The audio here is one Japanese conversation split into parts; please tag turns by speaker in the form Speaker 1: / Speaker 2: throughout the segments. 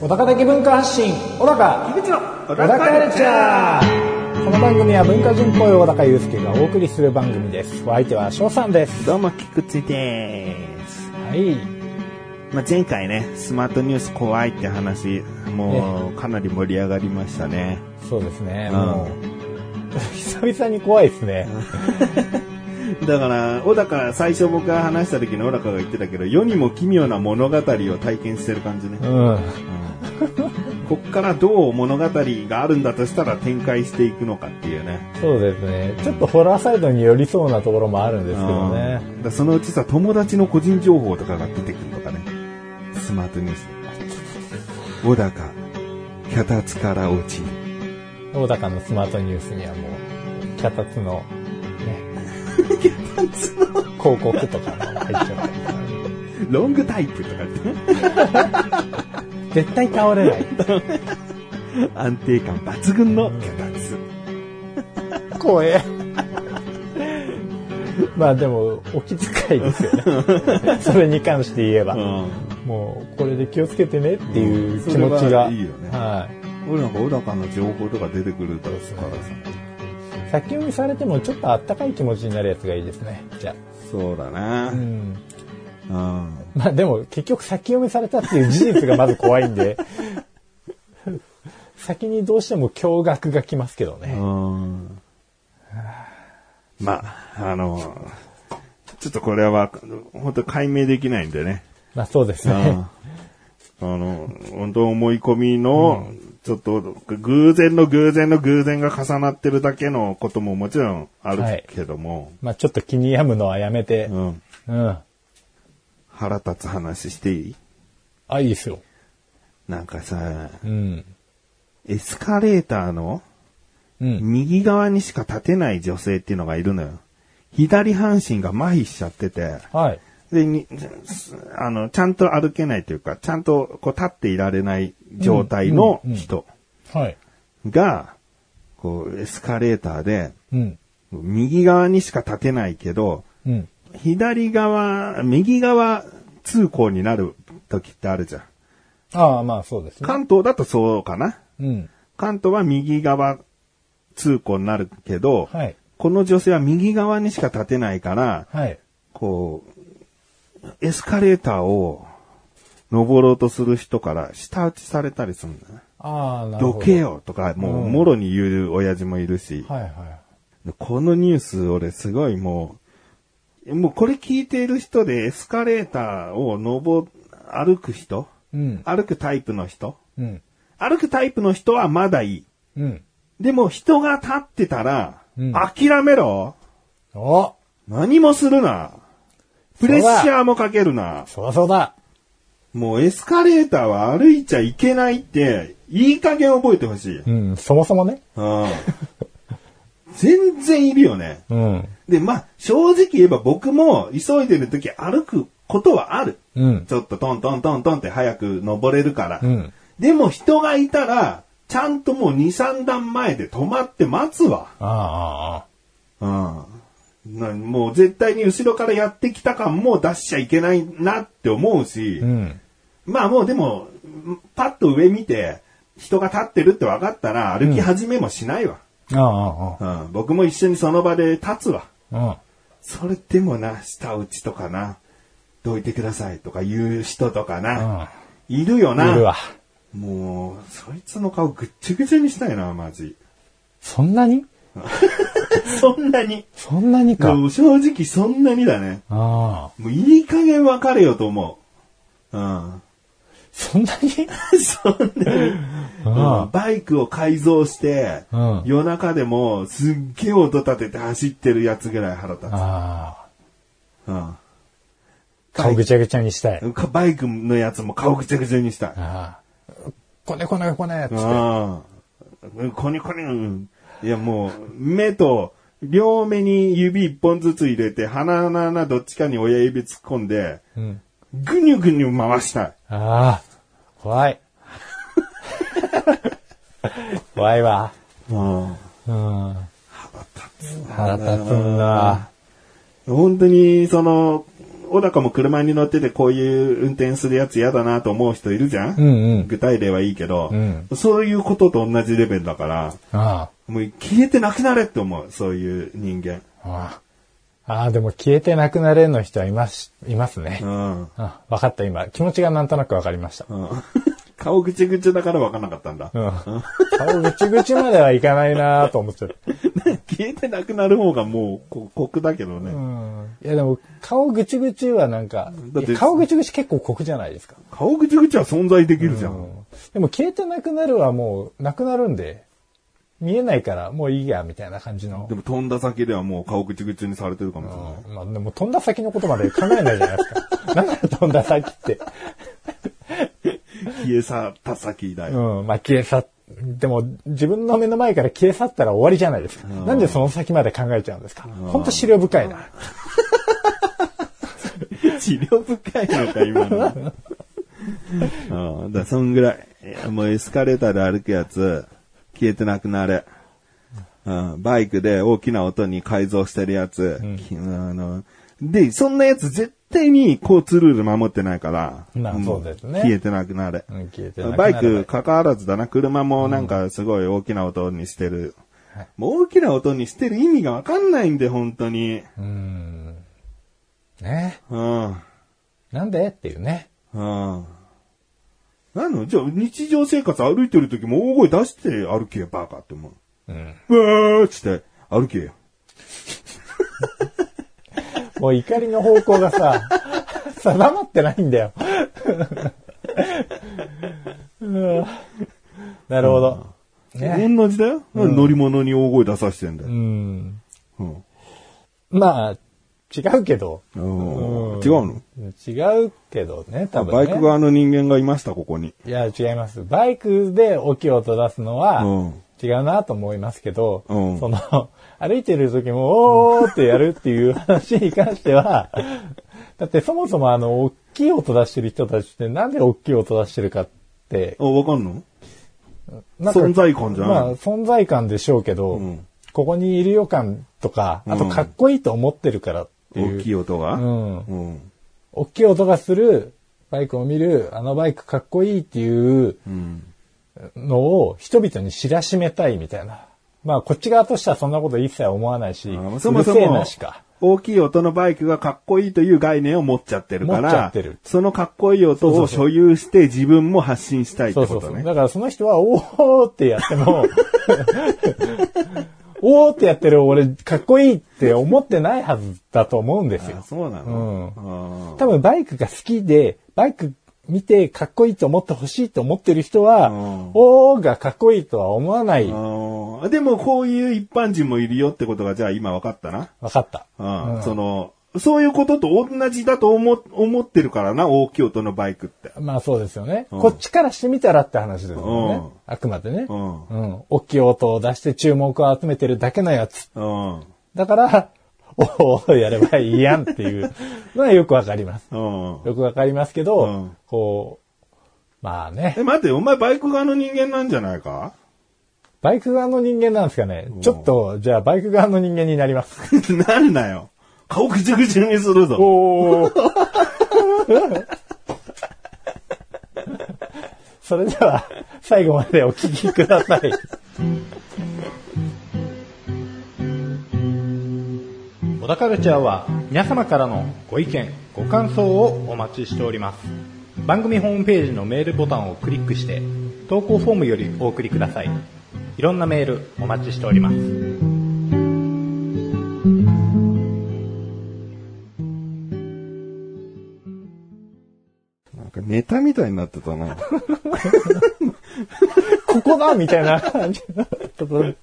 Speaker 1: 小高的文化発信小高
Speaker 2: 樋口の
Speaker 1: 小高カルチャーこの番組は文化人っぽい小高祐介がお送りする番組ですお相手は翔さんです
Speaker 2: どうも菊池です、
Speaker 1: はい
Speaker 2: まあ、前回ねスマートニュース怖いって話もうかなり盛り上がりましたね
Speaker 1: そうですね、
Speaker 2: うん
Speaker 1: もう久々に怖いですね
Speaker 2: だから小高最初僕が話した時の小高が言ってたけど世にも奇妙な物語を体験してる感じね、
Speaker 1: うん
Speaker 2: こっからどう物語があるんだとしたら展開していくのかっていうね
Speaker 1: そうですねちょっとホラーサイドに寄りそうなところもあるんですけどね
Speaker 2: うんだからそのうちさ友達の個人情報とかが出てくるとかねスマートニュース小高脚立から落ちる
Speaker 1: 小高のスマートニュースにはもう脚立 のね広告とかも入っちゃう
Speaker 2: ロングタイプとかってね
Speaker 1: 絶対倒れない
Speaker 2: 安定感抜群の脚立。
Speaker 1: 怖え。まあでも、お気遣いです よね。それに関して言えば。もう、これで気をつけてねっていう気持
Speaker 2: そ
Speaker 1: ち
Speaker 2: れ
Speaker 1: が。
Speaker 2: はいいよね
Speaker 1: はい。
Speaker 2: 俺なんか小高の情報とか出てくるからさ。
Speaker 1: 先読みされてもちょっとあったかい気持ちになるやつがいいですね。じゃ
Speaker 2: そうだ
Speaker 1: あ。
Speaker 2: な
Speaker 1: う。ん。
Speaker 2: うん。
Speaker 1: まあでも、結局先読みされたっていう事実がまず怖いんで。 先にどうしても驚愕がきますけどね。
Speaker 2: うんまあ、あの、ちょっとこれは、本当解明できないんでね。
Speaker 1: まあそうです
Speaker 2: うん
Speaker 1: ね。
Speaker 2: あの、本当思い込みの、ちょっと、偶然の偶然の偶然が重なってるだけのことももちろんあるけども、
Speaker 1: まあちょっと気に病むのはやめて。
Speaker 2: うん。
Speaker 1: うん。
Speaker 2: 腹立つ話していい
Speaker 1: あ、いいですよ。
Speaker 2: なんかさ、
Speaker 1: うん。
Speaker 2: エスカレーターの
Speaker 1: うん。
Speaker 2: 右側にしか立てない女性っていうのがいるのよ。左半身が麻痺しちゃってて、
Speaker 1: はい。
Speaker 2: で、に、あの、ちゃんと歩けないというか、ちゃんとこう立っていられない状態の人
Speaker 1: はい。
Speaker 2: が、こう、エスカレーターで、
Speaker 1: うん。
Speaker 2: 右側にしか立てないけど、
Speaker 1: うん。
Speaker 2: 左側、右側通行になる時ってあるじゃん。
Speaker 1: ああ、まあそうですね。
Speaker 2: 関東だとそうかな。
Speaker 1: うん。
Speaker 2: 関東は右側通行になるけど、
Speaker 1: はい。
Speaker 2: この女性は右側にしか立てないから、
Speaker 1: はい。
Speaker 2: こう、エスカレーターを登ろうとする人から下打ちされたりするんだね。
Speaker 1: ああ、なるほど。
Speaker 2: どけよとか、もう、もろに言う親父もいるし、
Speaker 1: はいは
Speaker 2: このニュース俺すごいもう、もうこれ聞いている人でエスカレーターを登、歩く人
Speaker 1: い。うん。
Speaker 2: 歩くタイプの人
Speaker 1: うん。
Speaker 2: 歩くタイプの人はまだいい。
Speaker 1: うん。
Speaker 2: でも人が立ってたら、
Speaker 1: うん
Speaker 2: 諦めろ
Speaker 1: お
Speaker 2: 何もするなプレッシャーもかけるな
Speaker 1: そらそうだ
Speaker 2: もうエスカレーターは歩いちゃいけないって、いい加減覚えてほしい。
Speaker 1: うん。そもそもね。
Speaker 2: うん。全然いるよね。
Speaker 1: うん。
Speaker 2: で、まあ、正直言えば僕も急いでる時歩くことはある。
Speaker 1: うん。
Speaker 2: ちょっとトントントントンって早く登れるから。
Speaker 1: うん。
Speaker 2: でも人がいたら、ちゃんともう2、3段前で止まって待つわ。
Speaker 1: ああ、ああ。
Speaker 2: うん。なもう絶対に後ろからやってきた感も出しちゃいけないなって思うし、
Speaker 1: うん。
Speaker 2: まあもうでも、パッと上見て、人が立ってるって分かったら歩き始めもしないわ。
Speaker 1: ああ、あ
Speaker 2: うん、僕も一緒にその場で立つわ。
Speaker 1: あ。
Speaker 2: それでもな、下打ちとかな、どいてくださいとか言う人とか
Speaker 1: うん。
Speaker 2: な、
Speaker 1: う
Speaker 2: いるよ
Speaker 1: ん。
Speaker 2: な。
Speaker 1: いるわ。
Speaker 2: もう、そいつの顔ぐっちゃぐちゃにしたいな、マジ。
Speaker 1: そんなに
Speaker 2: そんなに。
Speaker 1: そんなにか。
Speaker 2: もう正直そんなにだね。
Speaker 1: ああ。
Speaker 2: もういい加減別れよと思 う。うん。
Speaker 1: そんなに
Speaker 2: そんなに。
Speaker 1: あ
Speaker 2: バイクを改造して、
Speaker 1: うん
Speaker 2: 夜中でもすっげえ音立てて走ってるやつぐらい腹立
Speaker 1: あ。ああ。
Speaker 2: つ。うん
Speaker 1: 顔ぐちゃぐちゃにしたい。
Speaker 2: かバイクのやつも顔ぐちゃぐちゃにしたい。
Speaker 1: ああ。こねこねこねつって。
Speaker 2: うん。コニコニうんいやもう、目と、両目に指一本ずつ入れて、鼻の穴どっちかに親指突っ込んで、
Speaker 1: うん。
Speaker 2: ぐにゅぐにゅ回したい。
Speaker 1: ああ、怖い。怖いわ。
Speaker 2: うん。
Speaker 1: うん。
Speaker 2: 腹立つ
Speaker 1: 腹立つんだ。
Speaker 2: 本当に、その、小高も車に乗っててこういう運転するやつ嫌だなと思う人いるじゃん、
Speaker 1: うんうん。
Speaker 2: 具体例はいいけど、
Speaker 1: うん
Speaker 2: そういうことと同じレベルだから、
Speaker 1: あ
Speaker 2: もう消えてなくなれって思う、そういう人間。
Speaker 1: あ。ああ。ああ、でも消えてなくなれの人はいます、いますね。
Speaker 2: うん。
Speaker 1: あ、わかった今。気持ちがなんとなくわかりました。
Speaker 2: うん顔ぐちぐちだから分かんなかったんだ。
Speaker 1: うん。顔ぐちぐちまではいかないなと思っちゃった。
Speaker 2: 消えてなくなる方がもうこ酷だけどね。
Speaker 1: うん。いやでも、顔ぐちぐちはなんか
Speaker 2: だっ、て
Speaker 1: いや顔ぐちぐち結構酷じゃないですか。
Speaker 2: 顔ぐちぐちは存在できるじゃん。
Speaker 1: でも消えてなくなるはもうなくなるんで、見えないからもういいや、みたいな感じの
Speaker 2: で。も飛んだ先ではもう顔ぐちぐちにされてるかもしれない。
Speaker 1: うんまあでも飛んだ先のことまで考えないじゃないですか。 なんだ飛んだ先って。
Speaker 2: 消え去った先だよ。
Speaker 1: うん、まあ消え去っ、でも自分の目の前から消え去ったら終わりじゃないですか。なんでその先まで考えちゃうんですか。ほんと資料深いな。
Speaker 2: 治療深いのか、今 の。うん、だからそんぐらい。いやもうエスカレーターで歩くやつ、消えてなくなる。うん、バイクで大きな音に改造してるやつ、きあの、で、そんなやつ絶対に交通ルール守ってないから、
Speaker 1: まあそうですね
Speaker 2: も消えてなくなる。
Speaker 1: うん消えてなくな
Speaker 2: バ
Speaker 1: る
Speaker 2: イク関わらずだな、車もなんかすごい大きな音にしてる。
Speaker 1: はい
Speaker 2: もう大きな音にしてる意味がわかんないんで、本当に。
Speaker 1: うん。ね
Speaker 2: うん。
Speaker 1: なんでっていうね。
Speaker 2: うん。なのじゃあ、日常生活歩いてる時も大声出して歩けよ、バカって思
Speaker 1: うん。
Speaker 2: う。うわーっつって、歩けよ。
Speaker 1: もう怒りの方向が さ、定まってないんだよ。うんなるほど。ね。
Speaker 2: 同じだよ、乗り物に大声出さしてんだ
Speaker 1: う
Speaker 2: よ。
Speaker 1: ん。
Speaker 2: うん。
Speaker 1: まあ、違うけど。
Speaker 2: うん
Speaker 1: ん
Speaker 2: 違うの
Speaker 1: 違うけどね、多分、
Speaker 2: バ
Speaker 1: ね。
Speaker 2: イク側の人間がいました、ここに。
Speaker 1: いや、違います。バイクで大きい音出すのは
Speaker 2: うん、
Speaker 1: 違うなと思いますけど、
Speaker 2: うん
Speaker 1: その、 歩いてる時も、おーってやるっていう話に関しては、 だってそもそもあの、大きい音出してる人たちってなんで大きい音出してるかって、
Speaker 2: あ、わかんの
Speaker 1: なんか
Speaker 2: 存在感じゃん
Speaker 1: まあ、存在感でしょうけど、
Speaker 2: うん
Speaker 1: ここにいるよ感とか、あとかっこいいと思ってるからっていう。
Speaker 2: 大きい音が。
Speaker 1: うん
Speaker 2: うん。
Speaker 1: 大きい音がする、バイクを見る、あのバイクかっこいいっていう
Speaker 2: うん。
Speaker 1: のを人々に知らしめたいみたいな。まあ、こっち側としてはそんなこと一切思わないし、
Speaker 2: あ
Speaker 1: う
Speaker 2: そも
Speaker 1: る
Speaker 2: そ
Speaker 1: せえ
Speaker 2: も
Speaker 1: なしか。、
Speaker 2: 大きい音のバイクがかっこいいという概念を持っちゃってるか
Speaker 1: 持っちゃ
Speaker 2: ら
Speaker 1: ってる、
Speaker 2: そのかっこいい音を所有して自分も発信したいっ
Speaker 1: そ
Speaker 2: てこ
Speaker 1: う
Speaker 2: と
Speaker 1: そ
Speaker 2: ね。
Speaker 1: うそう。だからその人は、おーってやっても、 おーってやってる俺、かっこいいって思ってないはずだと思うんです
Speaker 2: あ
Speaker 1: よ。
Speaker 2: そうなの、うん、
Speaker 1: 多分バイクが好きで、バイク見てかっこいいと思ってほしいと思ってる人は、
Speaker 2: うん
Speaker 1: おーがかっこいいとは思わない。わ
Speaker 2: あーでもこういう一般人もいるよってことがじゃあ今分かったな。
Speaker 1: かった。
Speaker 2: うんその、そういうことと同じだと思思ってるからな、大きい音のバイクって。
Speaker 1: まあそうですよね。
Speaker 2: うん
Speaker 1: こっちからしてみたらって話ですよ
Speaker 2: うん
Speaker 1: ね。あくまでね。
Speaker 2: う
Speaker 1: うんん。大きい音を出して注目を集めてるだけのやつ。
Speaker 2: うん。うん。
Speaker 1: だから、 おーやればいいやんっていう のはよくわかります。よくわかりますけど、
Speaker 2: うん
Speaker 1: こう、まあね。
Speaker 2: え、待って、お前バイク側の人間なんじゃないか
Speaker 1: バイク側の人間なんですかね。ちょっと、じゃあバイク側の人間になります。
Speaker 2: なんなよ。顔ぐちゃぐちゃにするぞ。
Speaker 1: おお。 それでは、最後までお聞きください。小田カルチャーは皆様からのご意見、ご感想をお待ちしております。番組ホームページのメールボタンをクリックして、投稿フォームよりお送りください。いろんなメールお待ちしております。
Speaker 2: なんかネタみたいになってたな。
Speaker 1: ここだみたいな感じだったと思う。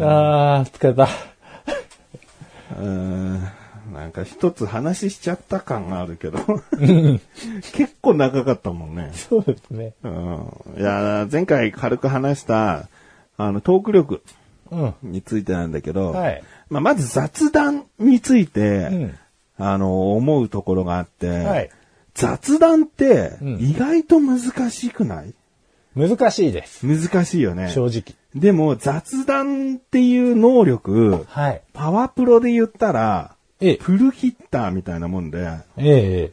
Speaker 1: あー、疲れた。
Speaker 2: うん。なんか一つ話しちゃった感があるけど。結構長かったもんね。
Speaker 1: そうですね。
Speaker 2: うんいや、前回軽く話した、あの、トーク力
Speaker 1: うん。
Speaker 2: についてなんだけど、
Speaker 1: はい
Speaker 2: まあ、まず雑談について、
Speaker 1: うん
Speaker 2: あの、思うところがあって、
Speaker 1: はい
Speaker 2: 雑談って
Speaker 1: うん
Speaker 2: 意外と難しくない、
Speaker 1: 難しいです。
Speaker 2: 難しいよね。
Speaker 1: 正直。
Speaker 2: でも、雑談っていう能力、
Speaker 1: はい。
Speaker 2: パワプロで言ったら、
Speaker 1: ええ、
Speaker 2: プルヒッターみたいなもんで、
Speaker 1: ええ、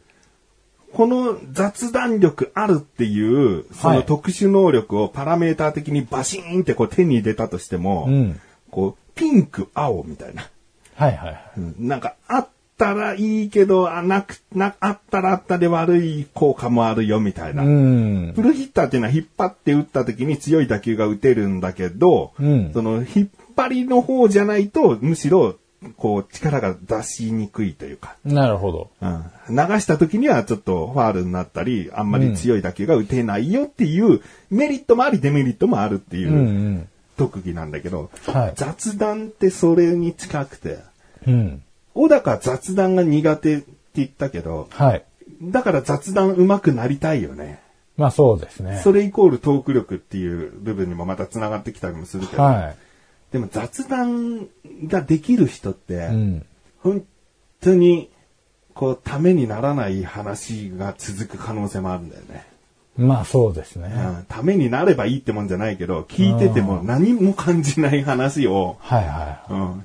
Speaker 2: この雑談力あるっていう、そ
Speaker 1: は
Speaker 2: の
Speaker 1: い
Speaker 2: 特殊能力をパラメーター的にバシーンってこう手に入れたとしても、
Speaker 1: うん
Speaker 2: こう、ピンク、青みたいな。
Speaker 1: はいはいはい。
Speaker 2: うんなんか、あったらいいけど、あなく、な、あったらあったで悪い効果もあるよみたいな。
Speaker 1: うん。
Speaker 2: フルヒッターっていうのは引っ張って打った時に強い打球が打てるんだけど、
Speaker 1: うん
Speaker 2: その引っ張りの方じゃないと、むしろ、こう、力が出しにくいというか、
Speaker 1: なるほど。
Speaker 2: うん、流した時にはちょっとファールになったり、あんまり強い打球が打てないよっていう、メリットもありデメリットもあるってい
Speaker 1: うんう。
Speaker 2: うん特技なんだけど、
Speaker 1: はい
Speaker 2: 雑談ってそれに近くて、
Speaker 1: うん。
Speaker 2: 小高雑談が苦手って言ったけど、
Speaker 1: はい。
Speaker 2: だから雑談上手くなりたいよね。
Speaker 1: まあそうですね。
Speaker 2: それイコールトーク力っていう部分にもまた繋がってきたりもするけど、
Speaker 1: は
Speaker 2: でも雑談ができる人って、
Speaker 1: い。うん。
Speaker 2: 本当に、こう、ためにならない話が続く可能性もあるんだよね。
Speaker 1: まあそうです
Speaker 2: う
Speaker 1: ね。
Speaker 2: ん、ためになればいいってもんじゃないけど、聞いてても何も感じない話を、
Speaker 1: はいは
Speaker 2: うん、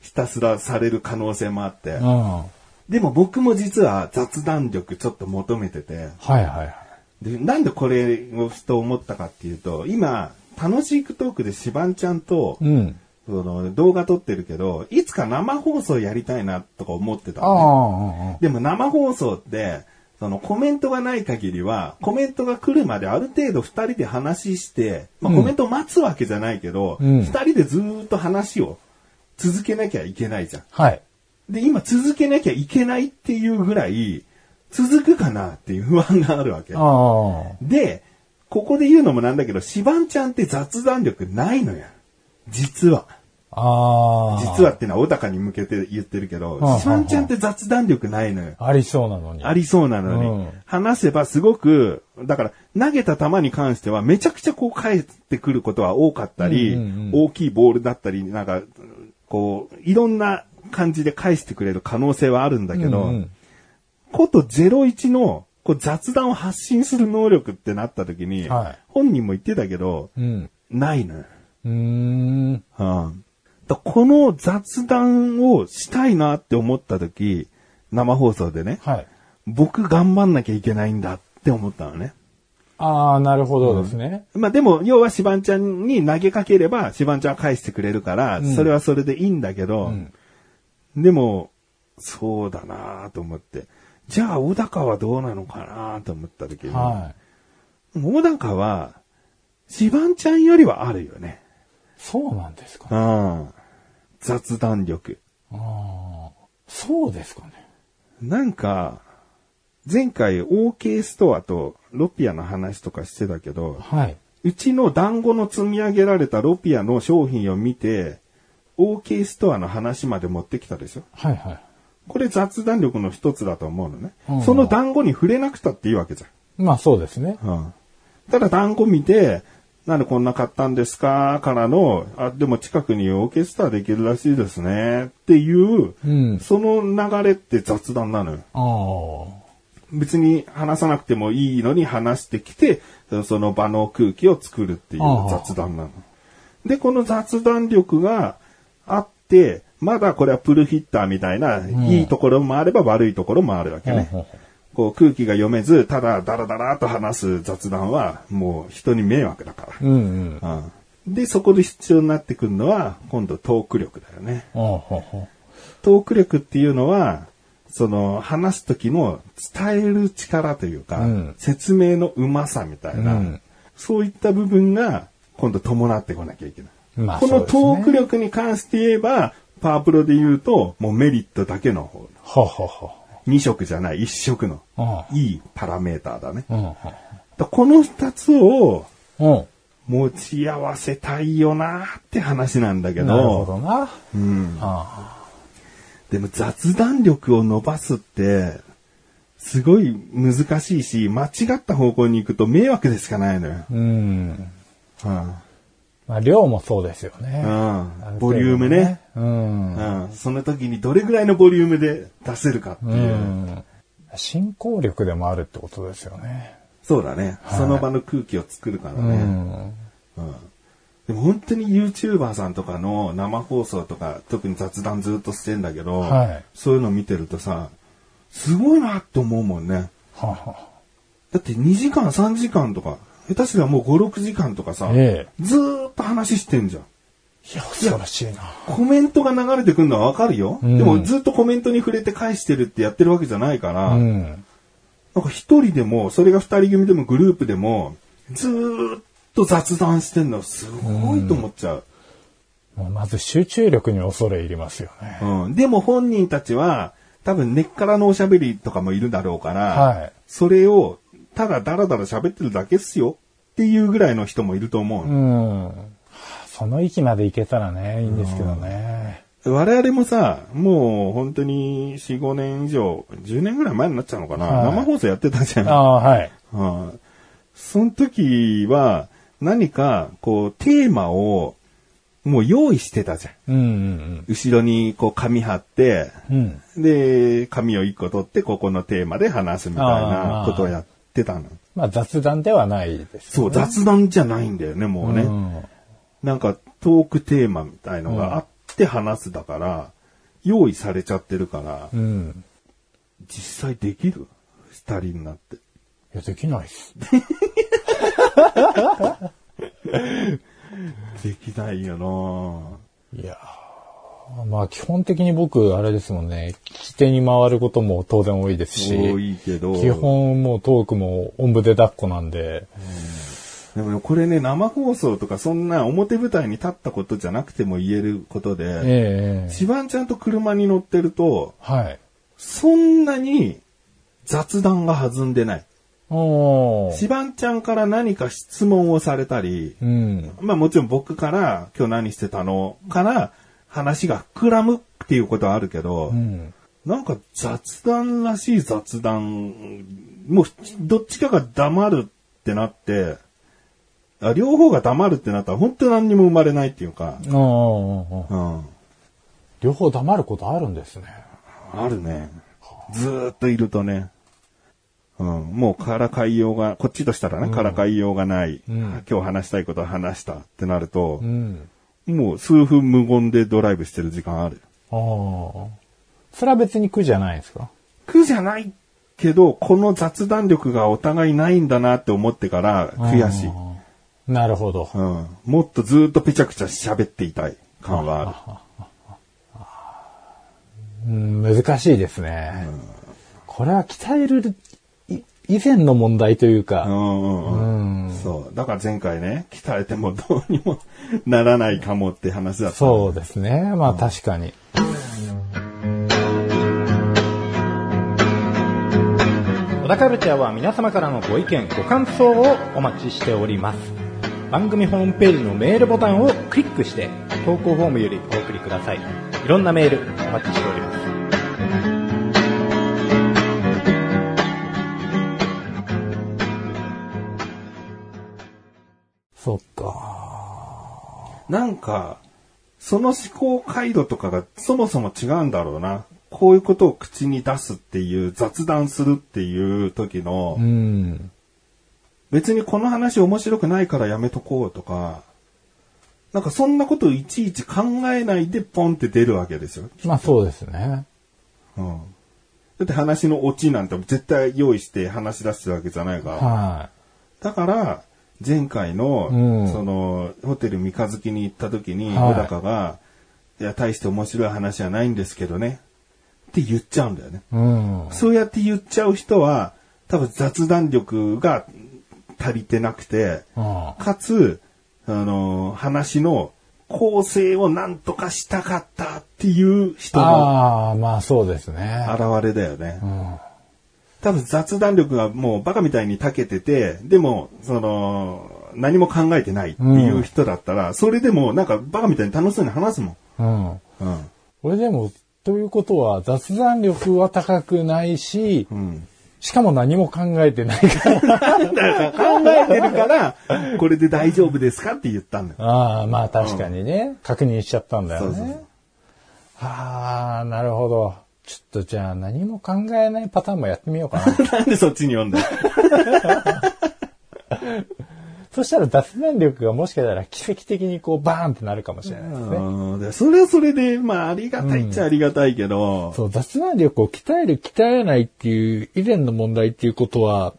Speaker 2: ひたすらされる可能性もあって
Speaker 1: い。う、ん。はい
Speaker 2: でも僕も実は雑談力ちょっと求めてて、
Speaker 1: はいはい。
Speaker 2: で、なんでこれをふと思ったかっていうと、今、楽しいトークでシバンちゃんと、
Speaker 1: うん。
Speaker 2: その動画撮ってるけど、いつか生放送やりたいなとか思ってた
Speaker 1: あ
Speaker 2: のね、
Speaker 1: あ。
Speaker 2: でも生放送って、そのコメントがない限りは、コメントが来るまである程度二人で話して、まあ、
Speaker 1: うん
Speaker 2: コメントを待つわけじゃないけど、
Speaker 1: う
Speaker 2: 二、
Speaker 1: ん
Speaker 2: 人でずーっと話を続けなきゃいけないじゃん。
Speaker 1: はい。
Speaker 2: で、今続けなきゃいけないっていうぐらい、続くかなっていう不安があるわけ。
Speaker 1: ああ。
Speaker 2: で、ここで言うのもなんだけど、シバンちゃんって雑談力ないのよ。実は。
Speaker 1: ああ。
Speaker 2: 実は。ってのは小高に向けて言ってるけど
Speaker 1: ああ、
Speaker 2: シバンちゃんって雑談力ないのよ。
Speaker 1: ありそうなのに。
Speaker 2: ありそうなのに。
Speaker 1: うん
Speaker 2: 話せばすごく、だから投げた球に関してはめちゃくちゃこう返ってくることは多かったり、
Speaker 1: うんうんうん
Speaker 2: 大きいボールだったり、なんか、こう、いろんな感じで返してくれる可能性はあるんだけど、
Speaker 1: うんうん
Speaker 2: こと01のこう雑談を発信する能力ってなった時に、
Speaker 1: はい
Speaker 2: 本人も言ってたけど、
Speaker 1: うん。
Speaker 2: ないのよ。
Speaker 1: うーん。
Speaker 2: うんだこの雑談をしたいなって思った時、生放送でね、
Speaker 1: はい。
Speaker 2: 僕頑張んなきゃいけないんだって思ったのね。
Speaker 1: ああ、なるほどですね。
Speaker 2: まあでも、要はシバンちゃんに投げかければ、シバンちゃんは返してくれるから、
Speaker 1: ん
Speaker 2: それはそれでいいんだけど、
Speaker 1: ん
Speaker 2: でも、そうだなと思って。じゃあ、小高はどうなのかなと思った時に、
Speaker 1: はい。
Speaker 2: 小高は、シバンちゃんよりはあるよね。
Speaker 1: そうなんですかね。
Speaker 2: うん。雑談力。
Speaker 1: ああ。そうですかね。
Speaker 2: なんか、前回 OK ストアとロピアの話とかしてたけど、
Speaker 1: はい。
Speaker 2: うちの団子の積み上げられたロピアの商品を見て、OK ストアの話まで持ってきたでしょ
Speaker 1: はいは
Speaker 2: これ雑談力の一つだと思うのね。
Speaker 1: うん
Speaker 2: その団子に触れなくたっていいわけじ
Speaker 1: い。まあそうですね。
Speaker 2: ゃん。うん、ただ団子見て、なんでこんな買ったんですかからの、あ、でも近くに OK ストアできるらしいですね。っていう、
Speaker 1: うん。
Speaker 2: その流れって雑談なのよ。
Speaker 1: ああ。
Speaker 2: 別に話さなくてもいいのに話してきて、その場の空気を作るっていう
Speaker 1: ああ
Speaker 2: 雑談なの。で、この雑談力があって、まだこれはプルヒッターみたいな、いいところもあれば悪いところもあるわけね。
Speaker 1: うんうん
Speaker 2: こう空気が読めず、ただダラダラと話す雑談は、もう人に迷惑だから。
Speaker 1: うんうん。
Speaker 2: うんで、そこで必要になってくるのは、今度トーク力だよね。
Speaker 1: ああ、ほうほう。
Speaker 2: トーク力っていうのは、その話す時の伝える力というか、
Speaker 1: うん
Speaker 2: 説明のうまさみたいな、
Speaker 1: うん
Speaker 2: そういった部分が今度伴ってこなきゃいけない。
Speaker 1: まあ
Speaker 2: こ
Speaker 1: そう
Speaker 2: の
Speaker 1: です
Speaker 2: ト
Speaker 1: ね
Speaker 2: ーク力に関して言えば、パワプロで言うと、もうメリットだけの方。
Speaker 1: ほうほうほ
Speaker 2: 2色じゃない、1色の
Speaker 1: う。あ
Speaker 2: いいパラメーターだね。
Speaker 1: あ。うん
Speaker 2: だこの2つを
Speaker 1: うん。うん。
Speaker 2: 持ち合わせたいよなって話なんだけど、
Speaker 1: なるほどな。
Speaker 2: うん、
Speaker 1: あ
Speaker 2: でも雑談力を伸ばすって、すごい難しいし、間違った方向に行くと迷惑でしかないのよ。
Speaker 1: あ。うん。
Speaker 2: うん
Speaker 1: まあ量もそうですよね。
Speaker 2: うんボリュームね。
Speaker 1: うん。
Speaker 2: うんその時にどれぐらいのボリュームで出せるかっていうう。
Speaker 1: ん。進行力でもあるってことですよね。
Speaker 2: そうだね。その場の空気を作るからね。うんでも本当に YouTuber さんとかの生放送とか、特に雑談ずっとしてんだけど、
Speaker 1: はい
Speaker 2: そういうの見てるとさ、すごいなって思うもんね。
Speaker 1: はあは
Speaker 2: だって2時間、3時間とか、下手すりゃもう5、6時間とかさ、
Speaker 1: え
Speaker 2: ずーっと話してんじゃん。
Speaker 1: いや、恐ろしいな。
Speaker 2: コメントが流れてくるのはわかるよ。
Speaker 1: うん
Speaker 2: でもずっとコメントに触れて返してるってやってるわけじゃないから、
Speaker 1: うん。
Speaker 2: なんか一人でも、それが二人組でもグループでも、ずーっと雑談してんのすごいと思っちゃう。
Speaker 1: もうまず集中力に恐れ入りますよね。
Speaker 2: うん。でも本人たちは、多分根っからのおしゃべりとかもいるだろうから、
Speaker 1: はい
Speaker 2: それを、ただダラダラ喋ってるだけっすよっていうぐらいの人もいると思う
Speaker 1: う
Speaker 2: の。
Speaker 1: ん。その域までいけたらね、いいんですけどね。
Speaker 2: 我々もさ、もう本当に4、5年以上、10年ぐらい前になっちゃうのかな、
Speaker 1: はい
Speaker 2: 生放送やってたじゃん。
Speaker 1: ああ、はい。
Speaker 2: はい。その時は、何か、こう、テーマを、もう用意してたじゃん。
Speaker 1: うんうん
Speaker 2: 後ろに、こう、紙貼って、
Speaker 1: うん。うん。
Speaker 2: で、紙を一個取って、ここのテーマで話すみたいなことをやってたの。
Speaker 1: まあ雑談ではないです
Speaker 2: そう、
Speaker 1: よね。
Speaker 2: 雑談じゃないんだよね、もうね。
Speaker 1: うん
Speaker 2: なんか、トークテーマみたいのがあって話すだから、用意されちゃってるから、
Speaker 1: うん。
Speaker 2: 実際できる二人になって。
Speaker 1: いや、できないっす。
Speaker 2: できないよなぁ
Speaker 1: いやーまあ基本的に僕、あれですもんね、聞き手に回ることも当然多いです
Speaker 2: 多
Speaker 1: し、
Speaker 2: いけど。
Speaker 1: 基本もうトークもおんぶで抱っこなんで、
Speaker 2: でもねこれね、生放送とかそんな表舞台に立ったことじゃなくても言えることで、
Speaker 1: ええ
Speaker 2: 一番ちゃんと車に乗ってると、
Speaker 1: はい。
Speaker 2: そんなに雑談が弾んでない。
Speaker 1: おー
Speaker 2: シバンちゃんから何か質問をされたり、
Speaker 1: うん。
Speaker 2: まあもちろん僕から今日何してたのから話が膨らむっていうことはあるけど、
Speaker 1: うん。
Speaker 2: なんか雑談らしい雑談、もうどっちかが黙るってなって、あ両方が黙るってなったら本当何にも生まれないっていうか、
Speaker 1: おー
Speaker 2: うん、
Speaker 1: 両方黙ることあるんですね。
Speaker 2: あるね。ずーっといるとね、うん、もうからかいようが、こっちとしたらね、からかいようがない、
Speaker 1: うん
Speaker 2: 今日話したいことは話したってなると
Speaker 1: う、ん。
Speaker 2: もう数分無言でドライブしてる時間ある。
Speaker 1: ああ。それは別に苦じゃないですか
Speaker 2: 苦じゃないけど、この雑談力がお互いないんだなって思ってから悔しい。
Speaker 1: あーなるほど。
Speaker 2: うん。もっとずーっとぺちゃくちゃ喋っていたい感はある。
Speaker 1: うん、難しいですね。これは鍛えるい以前の問題という
Speaker 2: う
Speaker 1: か、
Speaker 2: んうんうん。そう。だから前回ね、鍛えてもどうにもならないかもって話だった。
Speaker 1: そうですね。まあ確かに。小田カルチャーは皆様からのご意見、ご感想をお待ちしております。番組ホームページのメールボタンをクリックして、投稿フォームよりお送りください。いろんなメールお待ちしております。そっか。
Speaker 2: なんか、その思考回路とかがそもそも違うんだろうな。こういうことを口に出すっていう、雑談するっていう時の、
Speaker 1: うん。
Speaker 2: 別にこの話面白くないからやめとこうとか、なんかそんなことをいちいち考えないでポンって出るわけですよ。
Speaker 1: まあそうですね。
Speaker 2: うん。だって話のオチなんて絶対用意して話し出してるわけじゃないから。
Speaker 1: は
Speaker 2: だから、前回の、
Speaker 1: うん
Speaker 2: その、ホテル三日月に行った時に、
Speaker 1: はい
Speaker 2: 小高が、いや、大して面白い話はないんですけどね。って言っちゃうんだよね。
Speaker 1: い。うん。
Speaker 2: そうやって言っちゃう人は、多分雑談力が足りてなくて、
Speaker 1: あ
Speaker 2: かつ、あの、話の構成をなんとかしたかったっていう人の
Speaker 1: あー、まあそうですね。
Speaker 2: 現れだよね
Speaker 1: う。ん。
Speaker 2: 多分雑談力がもうバカみたいに長けてて、でも、その、何も考えてないっていう人だったら、それでもなんかバカみたいに楽しそうに話すもん。
Speaker 1: うん。
Speaker 2: うん。
Speaker 1: これでも、ということは雑談力は高くないし、
Speaker 2: うん。
Speaker 1: しかも何も考えてない から。
Speaker 2: だから考えてるから、これで大丈夫ですかって言ったんだよ。
Speaker 1: ああ、まあ確かにね。確認しちゃったんだよね。
Speaker 2: そうそうそう
Speaker 1: ああ、なるほど。ちょっとじゃあ何も考えないパターンもやってみようかな。
Speaker 2: なんでそっちに読んだ
Speaker 1: そしたら脱線力がもしかしたら奇跡的にこうバーンってなるかもしれないですね。
Speaker 2: うんでそれはそれで、まあ、ありがたいっちゃありがたいけど、
Speaker 1: そう、雑談力を鍛える、鍛えないっていう以前の問題っていうことは、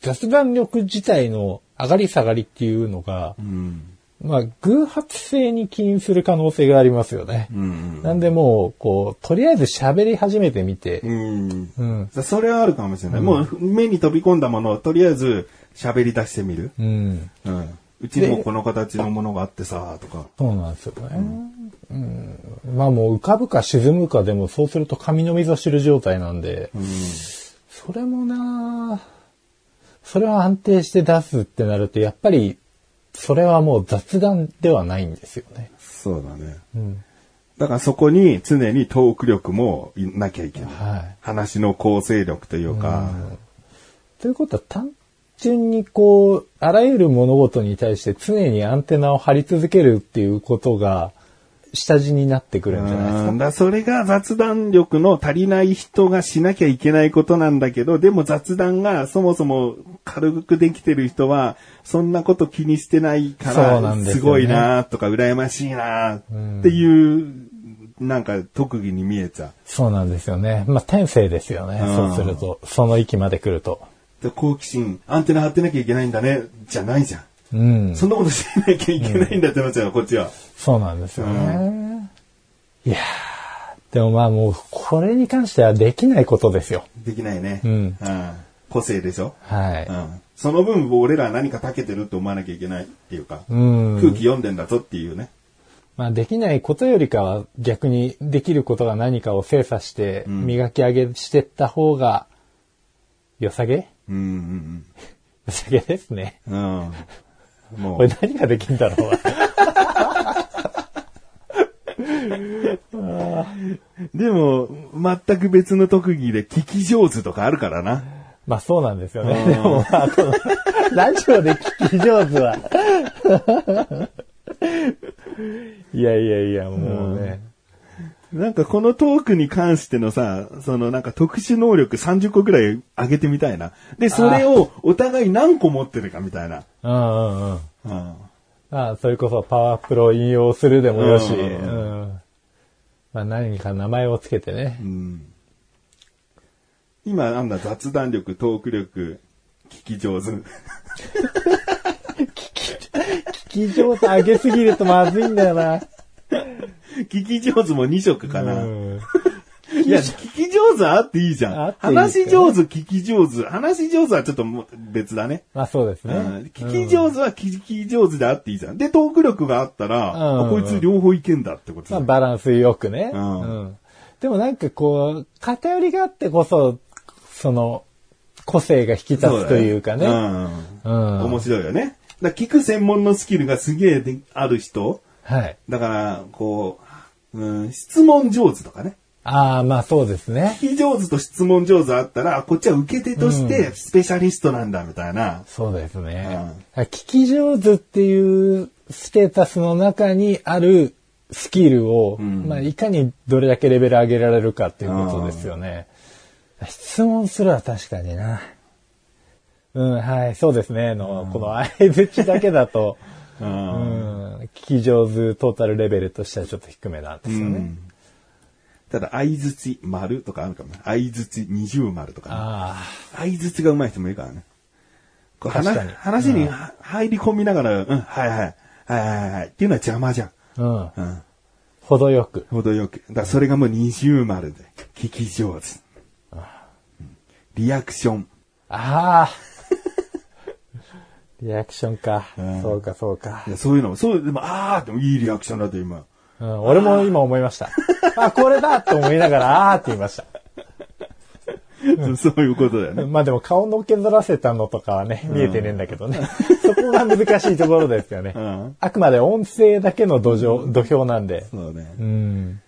Speaker 1: 雑談力自体の上がり下がりっていうのが、
Speaker 2: うん。
Speaker 1: まあ、偶発性に起因する可能性がありますよね。
Speaker 2: うん。
Speaker 1: なんでもう、こう、とりあえず喋り始めてみて、
Speaker 2: うん。
Speaker 1: うん、
Speaker 2: それはあるかもしれない。もう、目に飛び込んだものをとりあえず喋り出してみる。
Speaker 1: うん、
Speaker 2: うん。うちにもこの形のものがあってさ、とか。
Speaker 1: そうなんですよね。うん、まあもう浮かぶか沈むかでもそうすると髪の溝知る状態なんで、それもなあそれは安定して出すってなると、やっぱり、それはもう雑談ではないんですよね。
Speaker 2: そうだね。
Speaker 1: うん。
Speaker 2: だからそこに常にトーク力もいなきゃいけない。
Speaker 1: はい。
Speaker 2: 話の構成力というか、
Speaker 1: ということは単純にこう、あらゆる物事に対して常にアンテナを張り続けるっていうことが、下地になってくるんじゃないです
Speaker 2: う
Speaker 1: か。
Speaker 2: ん、だからそれが雑談力の足りない人がしなきゃいけないことなんだけど、でも雑談がそもそも軽くできてる人は、そんなこと気にしてないか
Speaker 1: そうな
Speaker 2: ら、
Speaker 1: んですよね
Speaker 2: すごいなとか、羨ましいなっていう、なんか特技に見えちゃう。
Speaker 1: そうなんですよね。まあ、天性ですよね。
Speaker 2: うん
Speaker 1: そうすると、その域まで来ると。
Speaker 2: で好奇心、アンテナ張ってなきゃいけないんだね、じゃないじゃん。
Speaker 1: うん。
Speaker 2: そんなことしなきゃいけないんだってなっちゃうの、こっちは。
Speaker 1: そうなんですよね。いやーでもまあもう、これに関してはできないことですよ。
Speaker 2: できないね。
Speaker 1: うん
Speaker 2: 個性でしょ、
Speaker 1: はい。
Speaker 2: うんその分、俺らは何か長けてるって思わなきゃいけないっていうか。
Speaker 1: うん。
Speaker 2: 空気読んでんだぞっていうね。
Speaker 1: まあ、できないことよりかは逆にできることが何かを精査して
Speaker 2: ん
Speaker 1: 磨き上げしてった方が良さげ
Speaker 2: うん
Speaker 1: 良さげですね。
Speaker 2: うんうん。うん。も
Speaker 1: これ
Speaker 2: う、
Speaker 1: 何ができんだ ろう
Speaker 2: でも、全く別の特技で聞き上手とかあるからな。
Speaker 1: まあそうなんですよね。でもまあ、このラジオで聞き上手 は。いやいやいや、もうね。
Speaker 2: なんかこのトークに関してのさ、そのなんか特殊能力30個くらい上げてみたいな。で、それをお互い何個持ってるかみたいな。
Speaker 1: うんうんうん。
Speaker 2: うん。
Speaker 1: まあ、それこそパワープロを引用するでもよし、
Speaker 2: う
Speaker 1: うんんまあ何か名前をつけてね
Speaker 2: う。ん。今なんだ、雑談力、トーク力、聞き上手。
Speaker 1: 聞き上手上げすぎるとまずいんだよな。
Speaker 2: 聞き上手も2色かな。
Speaker 1: うん
Speaker 2: いや、聞き上手はあっていいじゃ
Speaker 1: あ
Speaker 2: ん
Speaker 1: っ。ていいですか
Speaker 2: 話し上手、聞き上手。話し上手はちょっともう別だね。
Speaker 1: まあそうです
Speaker 2: う
Speaker 1: ね
Speaker 2: ん。聞き上手は聞き上手であっていいじゃん。で、トーク力があったら、
Speaker 1: うん
Speaker 2: あこいつ両方いけんだってこと
Speaker 1: まあ
Speaker 2: だ
Speaker 1: バランスよくね。
Speaker 2: うん
Speaker 1: うんでもなんかこう、偏りがあってこそ、その、個性が引き立
Speaker 2: そう
Speaker 1: つ
Speaker 2: だね
Speaker 1: というかね。
Speaker 2: う
Speaker 1: うん
Speaker 2: ん。面白いよね。だから聞く専門のスキルがすげえである人。
Speaker 1: はい。
Speaker 2: だから、こう、うん、質問上手とかね。
Speaker 1: ああ、まあそうですね。
Speaker 2: 聞き上手と質問上手あったら、あこっちは受け手としてスペシャリストなんだみたいな。
Speaker 1: そうですね。聞き上手っていうステータスの中にあるスキルを、まあいかにどれだけレベル上げられるかっていうことですよね。質問するは確かにな。うん、はい、そうですね。の、この相づちだけだと、
Speaker 2: うん
Speaker 1: うん、聞き上手トータルレベルとしてはちょっと低めなんですよね。
Speaker 2: ただ、相づち丸とかあるかもね。相づち二重丸とか、ね。
Speaker 1: あ
Speaker 2: 相づちが上手い人もいるからね。こう話
Speaker 1: 確かに
Speaker 2: 話には入り込みながら、うん、はいはい、はいはいはい、っていうのは邪魔じゃん。
Speaker 1: あ、うん、
Speaker 2: うん。
Speaker 1: 程よく。
Speaker 2: 程よく。だからそれがもう二重丸で。聞き上手。うんリアクション。
Speaker 1: ああ。リアクションか。
Speaker 2: ん
Speaker 1: そうか、そうか
Speaker 2: い。やそういうのも、そう、でも、あーでもいいリアクションだと今。
Speaker 1: うん、俺も今思いま した。あ、これだと思いながら、あーって言いました。
Speaker 2: そういうことだよね。
Speaker 1: まあでも顔のけずらせたのとかはね、見えてねえんだけどね。そこが難しいところですよね。
Speaker 2: うん
Speaker 1: あくまで音声だけの土壌、土俵なんで。
Speaker 2: そうね。
Speaker 1: うん。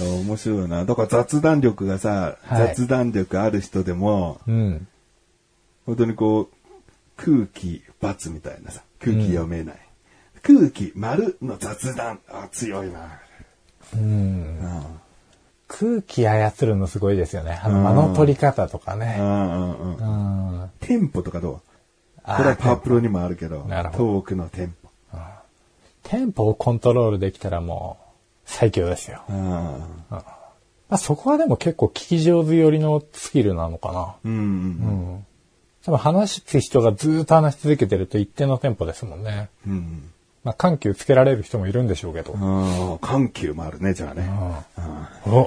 Speaker 2: いや面白いな。だから雑談力がさ、
Speaker 1: はい
Speaker 2: 雑談力ある人でも、
Speaker 1: うん。
Speaker 2: 本当にこう、空気×みたいなさ、空気読めない。空気丸の雑談、あ、強いな。
Speaker 1: うん。空気操るのすごいですよね。あの、間の取り方とか
Speaker 2: う
Speaker 1: ね。
Speaker 2: んうん
Speaker 1: う
Speaker 2: うん。
Speaker 1: ん。あ
Speaker 2: テンポとかどうこれ
Speaker 1: ー
Speaker 2: はパワープロにもあるけど、ト
Speaker 1: なるほ
Speaker 2: ークのテンポ。
Speaker 1: テンポをコントロールできたらもう、最強ですよ。
Speaker 2: うん
Speaker 1: まあ、そこはでも結構聞き上手寄りのスキルなのかな。
Speaker 2: うんうん
Speaker 1: 多分話す人がずーっと話し続けてると一定のテンポですもんね。
Speaker 2: うん。
Speaker 1: まあ、緩急つけられる人もいるんでしょうけど。
Speaker 2: うんあー。緩急もあるね、じゃあね。
Speaker 1: お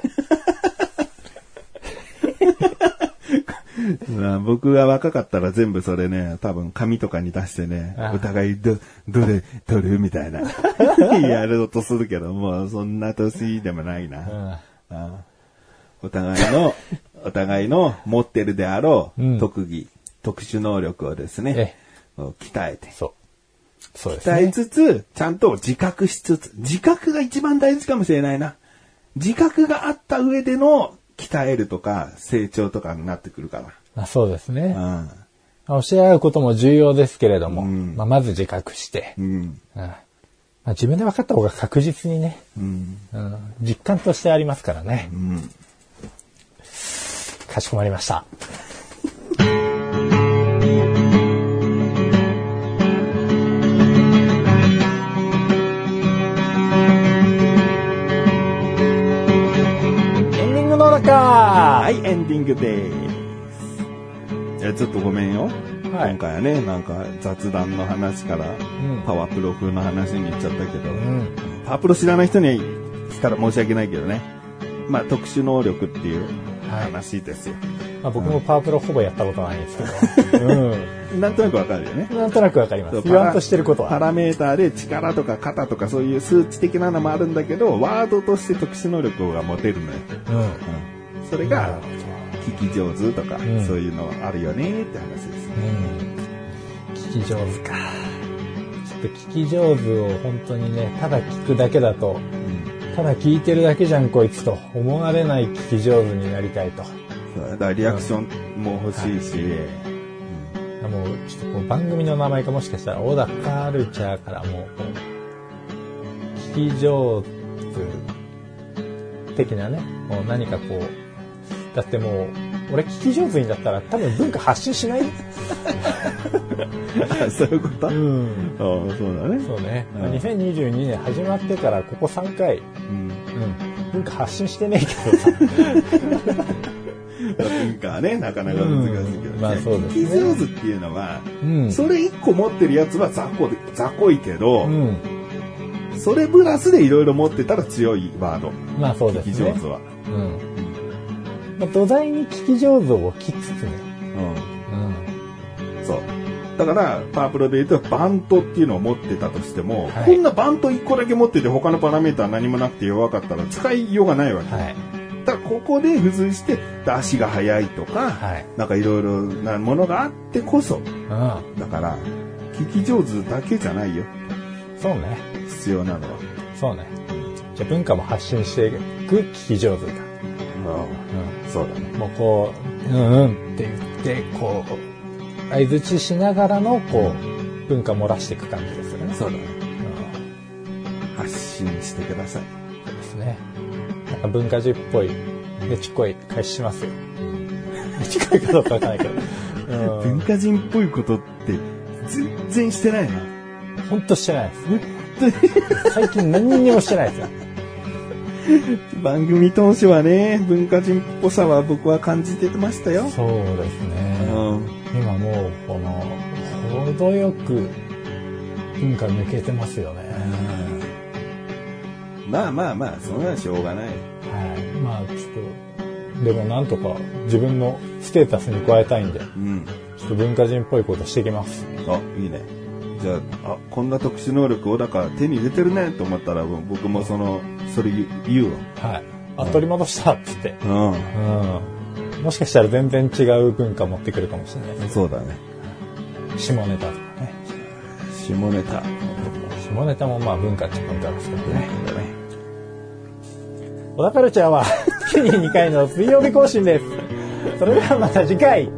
Speaker 2: うん僕が若かったら全部それね、多分紙とかに出してね
Speaker 1: あ、ー
Speaker 2: お互いど、どれ取るみた いな。やろうとするけど、もうそんな年でもないな。あーお互い の、お互いの持ってるであろ
Speaker 1: うん
Speaker 2: う特技、特殊能力をです
Speaker 1: え
Speaker 2: ね、鍛えて。
Speaker 1: そう。そうです
Speaker 2: 伝え
Speaker 1: ね。
Speaker 2: つつ、ちゃんと自覚しつつ、自覚が一番大事かもしれないな。自覚があった上での鍛えるとか成長とかになってくるか
Speaker 1: あそうですね。
Speaker 2: ら。
Speaker 1: まあ教え合うことも重要ですけれども、
Speaker 2: うん
Speaker 1: まあ、まず自覚して、
Speaker 2: うん。うん。
Speaker 1: うんまあ、自分で分かった方が確実にね、
Speaker 2: うん。
Speaker 1: うん、実感としてありますからね。
Speaker 2: ん
Speaker 1: かしこまりました。エンディングの中、
Speaker 2: は、
Speaker 1: はい
Speaker 2: エンディングです。いや、ちょっとごめんよ。
Speaker 1: はい
Speaker 2: 今回はね、なんか雑談の話から、
Speaker 1: ん
Speaker 2: パワープロ風の話に行っちゃったけど、
Speaker 1: うん、
Speaker 2: パワープロ知らない人にしたら申し訳ないけどね。まあ、特殊能力っていう話ですよ。
Speaker 1: まあ、僕もパワープロほぼやったことないんですけど、 う
Speaker 2: なんとなくわかるよね。
Speaker 1: ん、なんとなくわかりま
Speaker 2: そ
Speaker 1: す
Speaker 2: う。
Speaker 1: 言わんとしてること
Speaker 2: パ
Speaker 1: は。
Speaker 2: ラメーターで力とか肩とかそういう数値的なのもあるんだけど、ワードとして特殊能力が持てるのよ。
Speaker 1: うん
Speaker 2: うん、それが、聞き上手とか、
Speaker 1: ん
Speaker 2: そういうのあるよねって話です
Speaker 1: う
Speaker 2: ね。
Speaker 1: ん聞き上手か。ちょっと聞き上手を本当にね、ただ聞くだけだと、ただ聞いてるだけじゃんこいつと思われない聞き上手になりたいと。
Speaker 2: そうだからリアクションも欲しいし、
Speaker 1: もうちょっとこう番組の名前がもしかしたら小田カルチャーからもう、こう聞き上手的なね、もう何かこう、だってもう、俺聞き上手になったら多分文化発信しない
Speaker 2: あ そうい うこと、あ
Speaker 1: ん。
Speaker 2: あそうだね。
Speaker 1: そうね。
Speaker 2: うん
Speaker 1: 2022年始まってからここ3回、
Speaker 2: うん、
Speaker 1: 文化発信してねえけどさ。
Speaker 2: 文化はね、なかなか難しいけど、ね
Speaker 1: うんまあそうですね
Speaker 2: 聞き上手っていうのは、
Speaker 1: うん
Speaker 2: それ一個持ってるやつは雑魚で雑魚いけど、
Speaker 1: うん。
Speaker 2: それプラスでいろいろ持ってたら強いワード。
Speaker 1: まあそうで
Speaker 2: 聞き
Speaker 1: す
Speaker 2: 上
Speaker 1: ね。
Speaker 2: 手は。
Speaker 1: うん。まあ土台に聞き上手を置きつつね。
Speaker 2: う
Speaker 1: うん。
Speaker 2: ん。そう。だから、パワープロで言うと、バントっていうのを持ってたとしても、
Speaker 1: はい
Speaker 2: こんなバント1個だけ持ってて、他のパラメーター何もなくて弱かったら使いようがないわけ。
Speaker 1: はい。
Speaker 2: だから、ここで付随して、足が速いとか、
Speaker 1: はい
Speaker 2: なんかいろいろなものがあってこそ、
Speaker 1: う
Speaker 2: だから、聞き上手だけじゃないよ。
Speaker 1: ん。そうね。
Speaker 2: 必要なのは。
Speaker 1: そうね。じゃあ文化も発信していく聞き上手だ。
Speaker 2: うん。そうだね。
Speaker 1: もうこう、うんうんって言って、こう、相づちしながらの、こう、文化漏らしていく感じですよね。
Speaker 2: そうだね。
Speaker 1: うん
Speaker 2: 発信してください。
Speaker 1: そうですね。なんか文化人っぽい、でちっこい返ししますよ。でちっこいかどうかわかんないけど。う
Speaker 2: 文
Speaker 1: ん。
Speaker 2: 化人っぽいことって、全然してないな。
Speaker 1: ほんとしてないです。最近何にもしてないですよ。
Speaker 2: 番組当初はね、文化人っぽさは僕は感じてましたよ。
Speaker 1: そうです
Speaker 2: う
Speaker 1: ね。
Speaker 2: ん。
Speaker 1: 今もう、この、程よく、文化抜けてますよね。
Speaker 2: まあまあまあ、そんなのしょうがない。
Speaker 1: はい。まあ、ちょっと、でもなんとか自分のステータスに加えたいんで、
Speaker 2: うん。
Speaker 1: ちょっと文化人っぽいことしてきます。
Speaker 2: あ、いいね。じゃあ、あ、こんな特殊能力をだから手に入れてるねと思ったら、もう僕もその、それ言う
Speaker 1: はい。あ、取り戻したっつって。
Speaker 2: わ。
Speaker 1: うんもしかしたら全然違う文化持ってくるかもしれないで
Speaker 2: うん。そうだね。
Speaker 1: す。下ネタとかね。
Speaker 2: 下ネタ。
Speaker 1: 下ネタもまあ文化っちゃ文化ですけどね。
Speaker 2: だね。
Speaker 1: 小田カルチャーは月に2回の水曜日更新です。それではまた次回、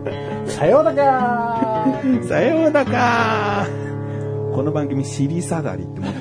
Speaker 1: さようなら
Speaker 2: さようならこの番組尻下がりってもっと